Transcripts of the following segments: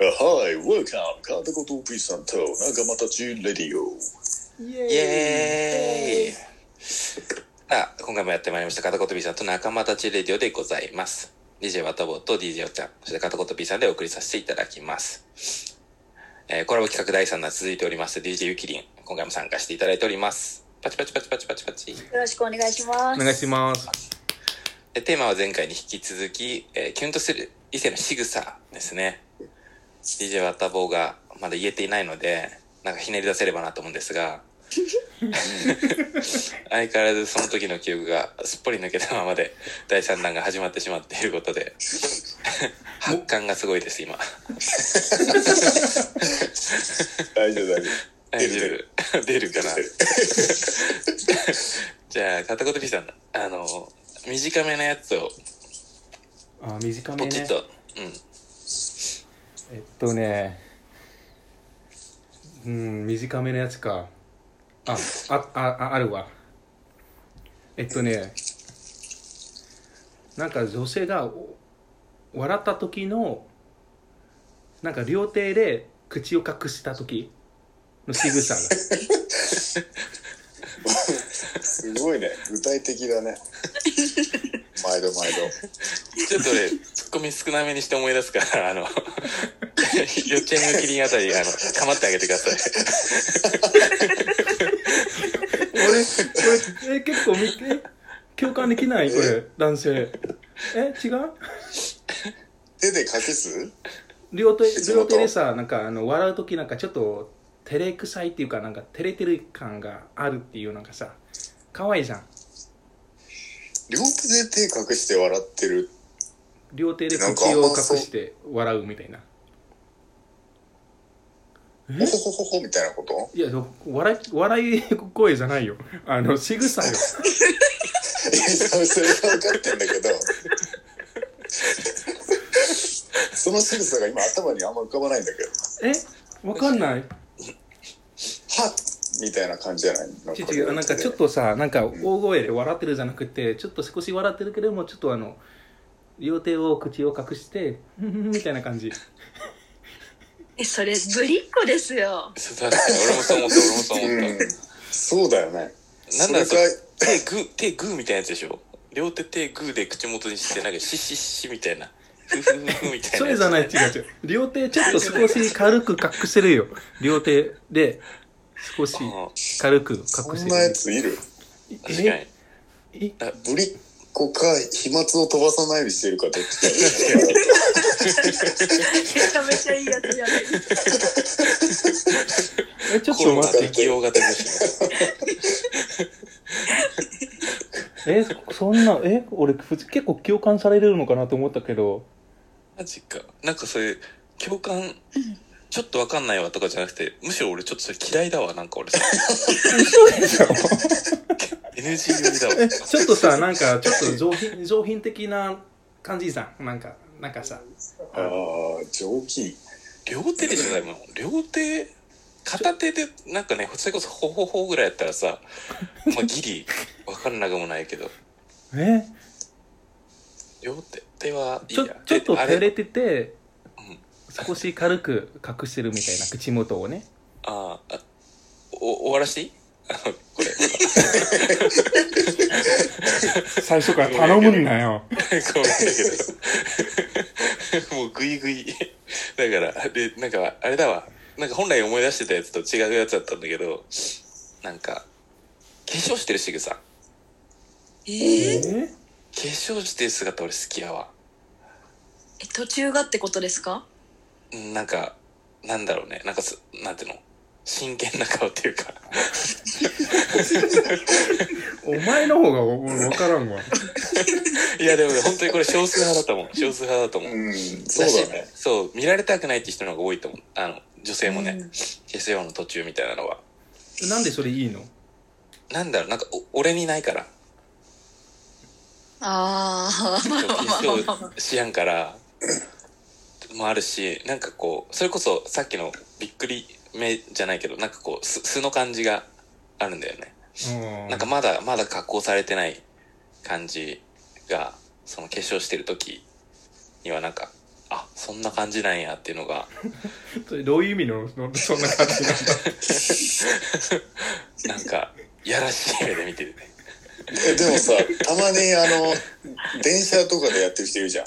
はい、Welcome! カタコとピーさんと仲間たちレディオ。イエーイエーイさあ今回もやってまいりました片言 B さんと仲間たちレディオでございます DJ ワタボと DJ おっちゃんそして片言 B さんでお送りさせていただきます、えー、コラボ企画第3弾続いております DJ ゆきりん今回も参加していただいておりますパチパチパチパチパチパチよろしくお願いしまおす。願いしますでテーマは前回に引き続き、えーキュンとする異性の仕草ですね DJ ワタボがまだ言えていないのでなんかひねり出せればなと思うんです が相変わらずその時の記憶がすっぽり抜けたままで第3弾が始まってしまっていること で発汗がすごいです今大丈夫、大丈出る出るかなじゃあ片言 P さんあの短めのやつをあ短めポチねッと、うんえっとねうん短めのやつかあああああるわえっとねなんか女性がお笑った時のなんか両手で口を隠した時の 仕草が夫。すごいね、具体的だ ね。毎度毎度。ちょっと俺、ツッコミ少なめにして思い出すから、あの、よっちゃんのキリンあたり、あの、かまってあげてください。俺これえ結構見て共感できないこれ男性え違う手で隠す両手地元両手でさなんかあの笑う時なんかちょっと照れくさいっていうかなんか照れてる感があるっていうなんかさ可愛いじゃん両手で手隠して笑ってる。両手でなんか口を甘隠そうして笑うみたいなほほほほほみたいなこといや笑い笑い声じゃないよあの仕草よいやそれは分かってんだけど。その仕草が今頭にあんま浮かばないんだけど。えわかんないはっみたいな感じじゃないのちちなんかちょっ。とさなんか大声で笑ってるじゃなくてちょっと少し笑ってるけどもちょっとあの両手を口を隠してふんふんふんみたいな感じえ、それ、ぶりっ子です よ。そう確かに、俺もそう思った、俺もそうう思っん。そうだよね。た。なんだそそれれか、手グー、手グーみたいなやつでしょ両手手グーで口元にして、なんかシッシッシみたいな、フフフフみたいな。それじゃない違う違う両手ちょっと少し軽く隠せるよ両手で少しうん軽く隠こんなやせついる確るかに。えいぶりっ子か飛沫を飛ばさないようにしてるかどっちかめちゃめちゃいいやつじゃないですか。えちょっコロとナ待って適用型ですね。えそんなえ俺ふつ結構共感されるのかなと思ったけどマジか。なんかそれ、共感、ちょっとわかんないわとかじゃなくて、むしろ俺ちょっとそれ嫌いだわ、なんか俺さ。嘘で しょ NG 寄りだわ。えちょっとさなんかちょっと上品上品的な感じじゃんなんかなんかさ ああ上品両手でしょでも両手片手でなんかねそれこそほほほぐらいやったら さまあギリ分かんなくもないけどえ両手手はいいちょやちょっとえあ照れれててうん少し軽く隠してるみたいな口元をねあーあお終わらしていい あのこれ最初から頼むんなよごめんだけどもう グイグイだからでなんかあれだわなんか本来思い出してたやつと違うやつだったんだけどなんか化粧してるしぐさ化えー、え粧してる姿俺好きやわえ途中がってことですかうんなんか、なんだろうね。なんかす、なんていうの真剣な顔っていうか。 お前の方が分からんわいや、でもね本当にこれ少数派だと思う。少数派だと思う。うんそうだねしそう、見られたくないって人の方が多いと思う。あの、女性もね、うん化粧の途中みたいなのは。なんでそれいいのなんだろう、なんか、お俺にな いから。ああ、ま化あまあまあまあまあ。粧しやんから、もあるし、なんかこう、それこそさっきのびっくり目じゃないけど、なんかこう、す素の感じがあるんだよね。なんかまだまだ加工されてない感じがその化粧してる時にはなんかあそんな感じなんやっていうの が、それどういう意味ののそんな感じなんだなんか、やらしい目で見てるね。えでもさたまにあの電車とかでやってる人いるじゃん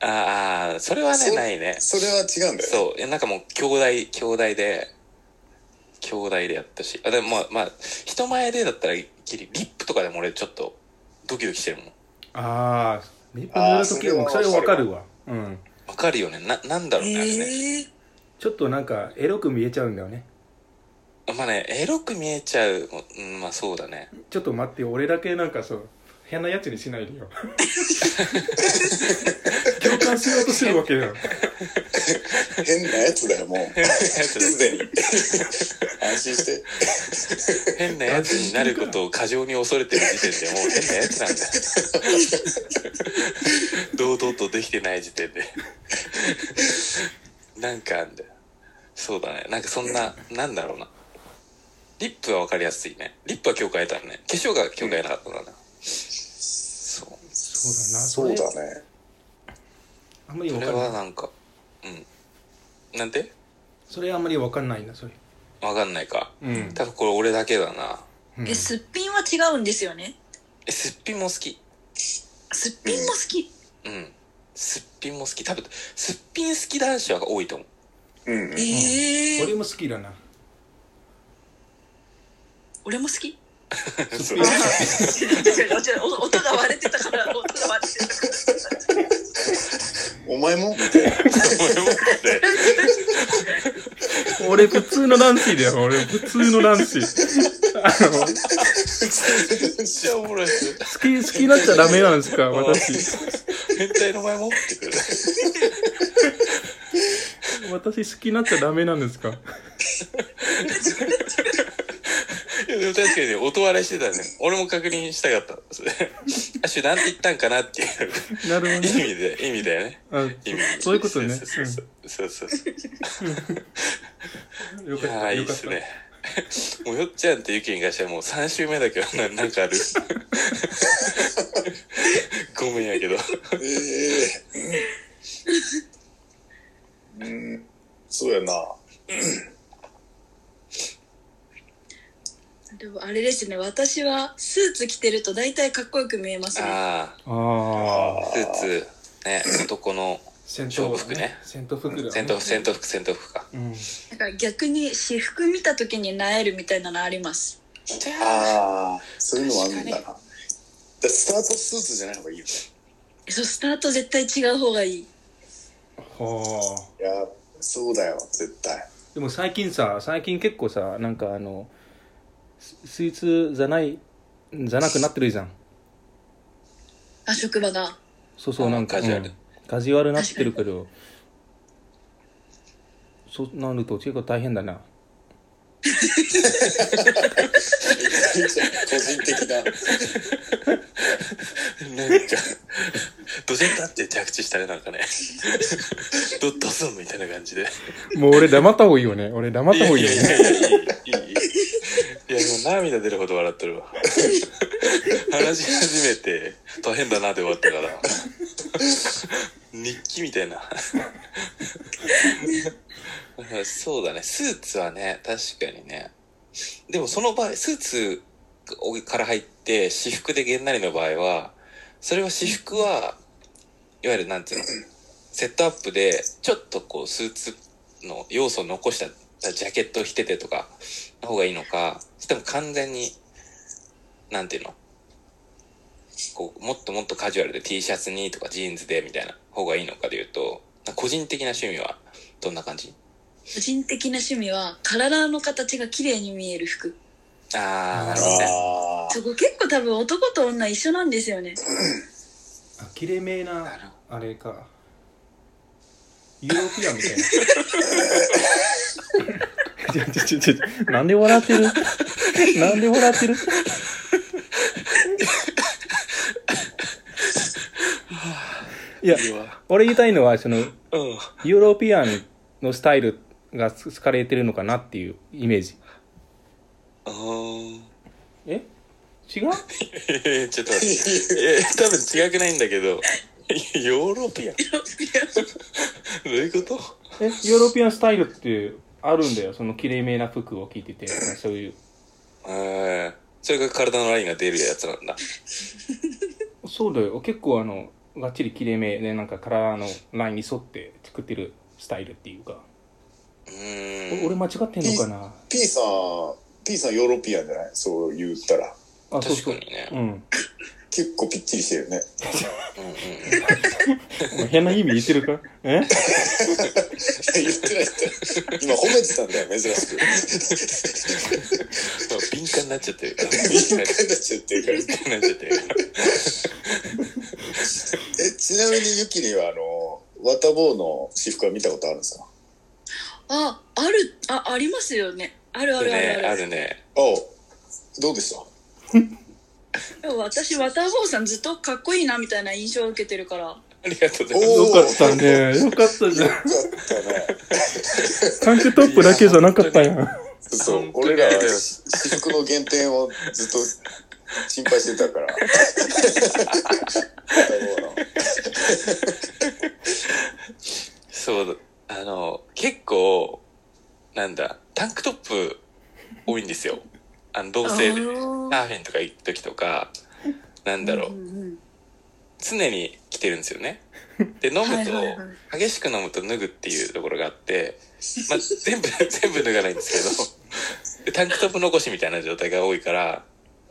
あーあー、それはね、そうないね。それは違うんだよねそう。いや、なんかもう、兄弟、兄弟で、兄弟でやったし。あ、でもまあ、まあ、人前でだったらギリ、リップとかでも俺ちょっと、ドキドキしてるもん。ああリップ塗る時はもうそあーそれはれはわかるわうんわかるよね。な、なんだろうね、あれね。えーちょっとなんかエロく見えちゃうんだよねまあね、エロく見えちゃう。うん、まあそうだ ね。ちょっと待ってよ俺だけなんかそう変なやつにしないでよ共感しようとするわけよ変なやつだよもう変なやつすでに安心して変なやつになることを過剰に恐れてる時点でもう変なやつ なんだ。堂々とできてない時点で。なんかあんだよ。そうだね。なんかそんな、なんだろうな。リップはわかりやすいね。リップは今日変えたね。化粧が今日変えなかったんだな。そう。そうだなそうれだねあんまりそわれかんなはいなんか、うん。なんてそれあんまりわかんないなそれわかんないか。うん多分これ俺だけだな。うんえすっぴんは違うんですよねえ、すっぴんも好き。すっぴんも好き、うん。すっぴんも好き。多分、すっぴん好き男子は多いと思う。うんうんええ俺も好きだな俺も好 きすっあー違う違うお音が割れてたから音が割れてたからお前 もみたいな俺もねぴん俺普通のナンシーだよ俺普通のナンシーあのめっちゃおもろいっす。好き好きになっちゃダメなんですか私変態の前もってくる。私好きになっちゃダメなんですかいやでも確かにね、音笑いしてたね。俺も確認したかった。それあ、しゅ、なんて言ったんかなっていうなるほど意ね味で、意味だよね。あ意味。そういうことねそうそうそうそうそう。よいかっやたーいいよっかっすね。もうよっちゃんとゆきに関してはもう3週目だけどななんかある。ごめんやけど。ええうん、そうやな。でもあれですね私はスーツ着てると大体かっこよく見えますねあたあああ、スーツ、ね、男の戦闘闘服ね戦闘服だね戦闘服、戦闘服、戦闘服か。うんなんか逆に私服見た時になえるみたいなのありますああ、そういうのもあるんだな。だからスタートスーツじゃない方がいいよね。えそうスタート絶対違う方がいいはあいや、そうだよ、絶対。でも最近さ最近結構さなんかあのススイーツじゃないじゃなくなってるじゃんあ職場がそうそうあなんかカジュアルうんカジュアルなってるけどそうなると結構大変だな個人的な。なんか、ドジャタって着地したね、なんか ね。ど、どすんみたいな感じで。もう俺黙った方がいいよね俺黙った方がいいよねやいやいや、いい、いい。いや、今涙出るほど笑ってるわ。話し始めて、大変だなって終わったから。日記みたいな。そうだね、スーツはね、確かにね。でもその場合、スーツから入って、私服でげんなりの場合は、それは私服は、いわゆるなんていうの、セットアップで、ちょっとこう、スーツの要素を残したジャケットを着ててとか、の方がいいのか、しても完全に、なんていうのこう、もっともっとカジュアルで T シャツにとかジーンズでみたいな方がいいのかで言うと、個人的な趣味はどんな感じ個人的な趣味は体の形が綺麗に見える服あー、なるほどね。ああ、そこ結構多分男と女一緒なんですよねあきれめなるほあれかユーロピアンみたいなちょちょちょちょなんで笑ってるなんで笑ってるいやいいわ俺言いたいのはそのうん。ユーロピアンのスタイルが好かれてるのかなっていうイメージあ ーえ違うえーちょっと待って。えー多分違くないんだけど、 ヨーロピアンどういうことえヨーロピアンスタイルってあるんだよそのきれいめな服を着ててそういうえーそれが体のラインが出るやつなんだ。そうだよ結構あのがっちりきれいめでなんか体のラインに沿って作ってるスタイルっていうか、うおーん。俺間違ってんのかな P さん、P さんヨーロピアンじゃないそう言ったら。あそう確そかにうね。うん結構ぴっちりしてるね。うんうんお前変な意味言ってるかえ言ってない言ってない。今褒めてたんだよ、珍 しく。敏感になっちゃってるから。敏感になっちゃってるから。敏感になっちゃってるから。え、ちなみにユキリは、あの、ワタボーの私服は見たことあるんですかあ、ある、あ、ありますよね。あるあるあるあね、る。あるね。おうどうでしたでも私、ワターボーさんずっとかっこいいなみたいな印象を受けてるから。ありがとうございます。よおかったねよかったじゃんだね。タンクトップだけじゃなかったやんそう本、当に俺らありがとうございま私服の減点をずっと心配してた から。そうだ、あの、結構、なんだ、タンクトップ多いんですよ。あの、同性で、サーフあィンとか行く時とか、なんだろーう、んん常に着てるんですよね。で、飲はむいと、はいはい激しく飲むと脱ぐっていうところがあって、まあ、全部、 全部脱がないんですけど、でタンクトップ残しみたいな状態が多いから、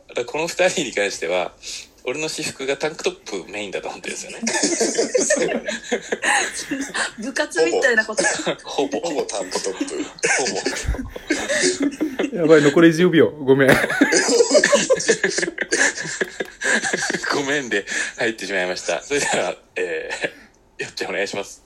だからこの二人に関しては、俺の私服がタンクトップメインだと思ってるんですよね。そうだね。部活みたいなこと。ほぼ、ほほぼ、ぼタンクトップ。ほぼ。やばい残り10秒ごめんごめんで入ってしまいました。それでは、えー、よっちゃんお願いします。